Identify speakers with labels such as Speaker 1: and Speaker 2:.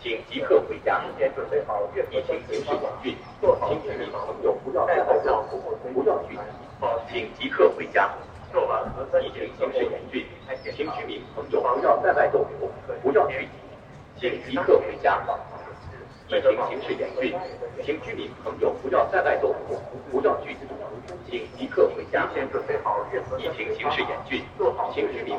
Speaker 1: 请即刻回家。
Speaker 2: 提前准备好月
Speaker 1: 疫情形势严峻，
Speaker 2: 做好
Speaker 1: 请
Speaker 2: 准备
Speaker 1: 你
Speaker 2: 好
Speaker 1: 朋友不要
Speaker 2: 戴
Speaker 1: 戴口
Speaker 2: 口罩
Speaker 1: 罩，，
Speaker 2: 不
Speaker 1: 不
Speaker 2: 要
Speaker 1: 要
Speaker 2: 聚
Speaker 1: 聚
Speaker 2: 集
Speaker 1: 集，，请即刻回家。
Speaker 2: 做完核酸
Speaker 1: 疫
Speaker 2: 检
Speaker 1: 情
Speaker 2: 测
Speaker 1: 形势严峻，请居民朋友不
Speaker 2: 不要
Speaker 1: 要在
Speaker 2: 在外
Speaker 1: 外
Speaker 2: 逗
Speaker 1: 逗
Speaker 2: 留
Speaker 1: 留，
Speaker 2: 不
Speaker 1: 不
Speaker 2: 要
Speaker 1: 要聚
Speaker 2: 聚集
Speaker 1: 集，请即刻回家。疫情形势严峻，请居民朋友不要在外逗留，不要聚集，请即刻回家。
Speaker 2: 提前准备好月
Speaker 1: 疫情形势严峻，请居民。